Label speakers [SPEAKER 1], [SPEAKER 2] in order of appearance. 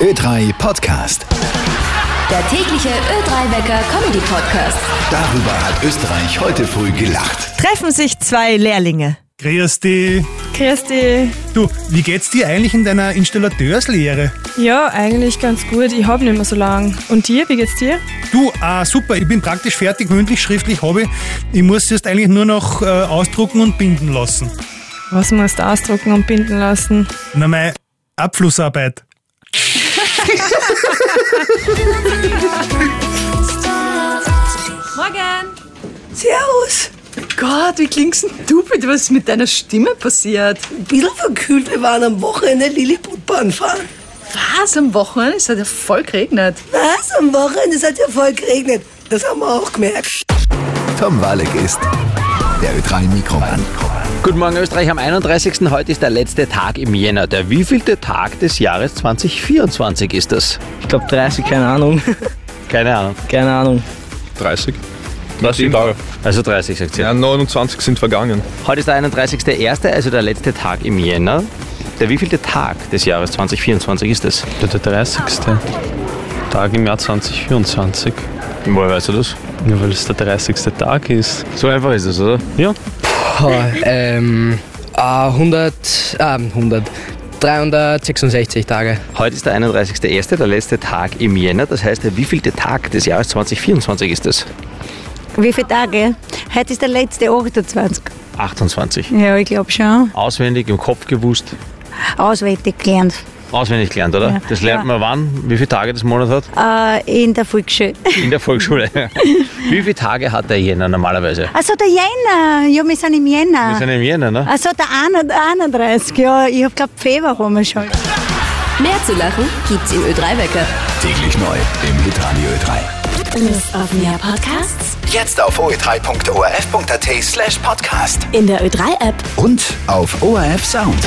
[SPEAKER 1] Ö3 Podcast.
[SPEAKER 2] Der tägliche Ö3-Wecker Comedy Podcast.
[SPEAKER 1] Darüber hat Österreich heute früh gelacht.
[SPEAKER 3] treffen sich zwei Lehrlinge.
[SPEAKER 4] Christi.
[SPEAKER 5] Christi.
[SPEAKER 4] Du, wie geht's dir eigentlich in deiner Installateurslehre?
[SPEAKER 5] Ja, eigentlich ganz gut. Ich hab nicht mehr so lang. Und dir, wie geht's dir?
[SPEAKER 4] Du, ah, super, ich bin praktisch fertig, mündlich, schriftlich, Hobby. Ich muss jetzt eigentlich nur noch äh, ausdrucken und binden lassen.
[SPEAKER 5] Was musst du ausdrucken und binden lassen?
[SPEAKER 4] Na, meine Abschlussarbeit.
[SPEAKER 6] Servus. Gott, wie klingst denn du bitte? Was ist mit deiner Stimme passiert?
[SPEAKER 7] Ein bisschen verkühlt. Wir waren am Wochenende Lilliputbahn fahren.
[SPEAKER 6] Was am Wochenende? Es hat ja voll geregnet.
[SPEAKER 7] Was? Am Wochenende? Es hat ja voll geregnet. Das haben wir auch gemerkt.
[SPEAKER 1] Tom Walek ist der Ö3 Mikroman.
[SPEAKER 8] Guten Morgen Österreich, am 31. heute ist der letzte Tag im Jänner. Der wievielte Tag des Jahres 2024 ist das?
[SPEAKER 9] Ich glaube 30, keine Ahnung.
[SPEAKER 8] Keine Ahnung.
[SPEAKER 9] Keine Ahnung.
[SPEAKER 10] 30. 30 Tage.
[SPEAKER 8] Also 30 sagt sie.
[SPEAKER 10] Ja, 29 sind vergangen.
[SPEAKER 8] Heute ist der 31.1., also der letzte Tag im Jänner. Der wievielte Tag des Jahres 2024 ist das?
[SPEAKER 11] Ja, der 30. Tag im Jahr 2024.
[SPEAKER 8] Woher weißt du das?
[SPEAKER 11] Nur weil es der 30. Tag ist.
[SPEAKER 8] So einfach ist es, oder?
[SPEAKER 11] Ja.
[SPEAKER 9] ähm, äh, 100, ah, 100, 366 Tage.
[SPEAKER 8] Heute ist der 31.1., der letzte Tag im Jänner. Das heißt, der wievielte Tag des Jahres 2024 ist das?
[SPEAKER 12] Wie viele Tage? Heute ist der letzte 28.
[SPEAKER 8] 28.
[SPEAKER 12] Ja, ich glaube schon.
[SPEAKER 8] Auswendig, im Kopf gewusst.
[SPEAKER 12] Auswendig gelernt.
[SPEAKER 8] Auswendig gelernt, oder?
[SPEAKER 12] Ja.
[SPEAKER 8] Das lernt man wann? Wie viele Tage des Monats hat?
[SPEAKER 12] Äh, in der Volksschule.
[SPEAKER 8] In der Volksschule. Wie viele Tage hat der Jänner normalerweise?
[SPEAKER 12] Also der Jänner. Ja, wir sind im
[SPEAKER 8] Wir sind
[SPEAKER 12] Jänner.
[SPEAKER 8] im Jänner, ne?
[SPEAKER 12] Also der 31. Ja, ich habe glaube Februar haben wir schon.
[SPEAKER 2] Mehr zu lachen gibt's im Ö3-Wecker.
[SPEAKER 1] Täglich neu im Hitradio Ö3.
[SPEAKER 2] Lust auf mehr Podcasts?
[SPEAKER 1] Jetzt auf oe3.orf.at slash podcast.
[SPEAKER 2] In der Ö3-App.
[SPEAKER 1] Und auf ORF Sound.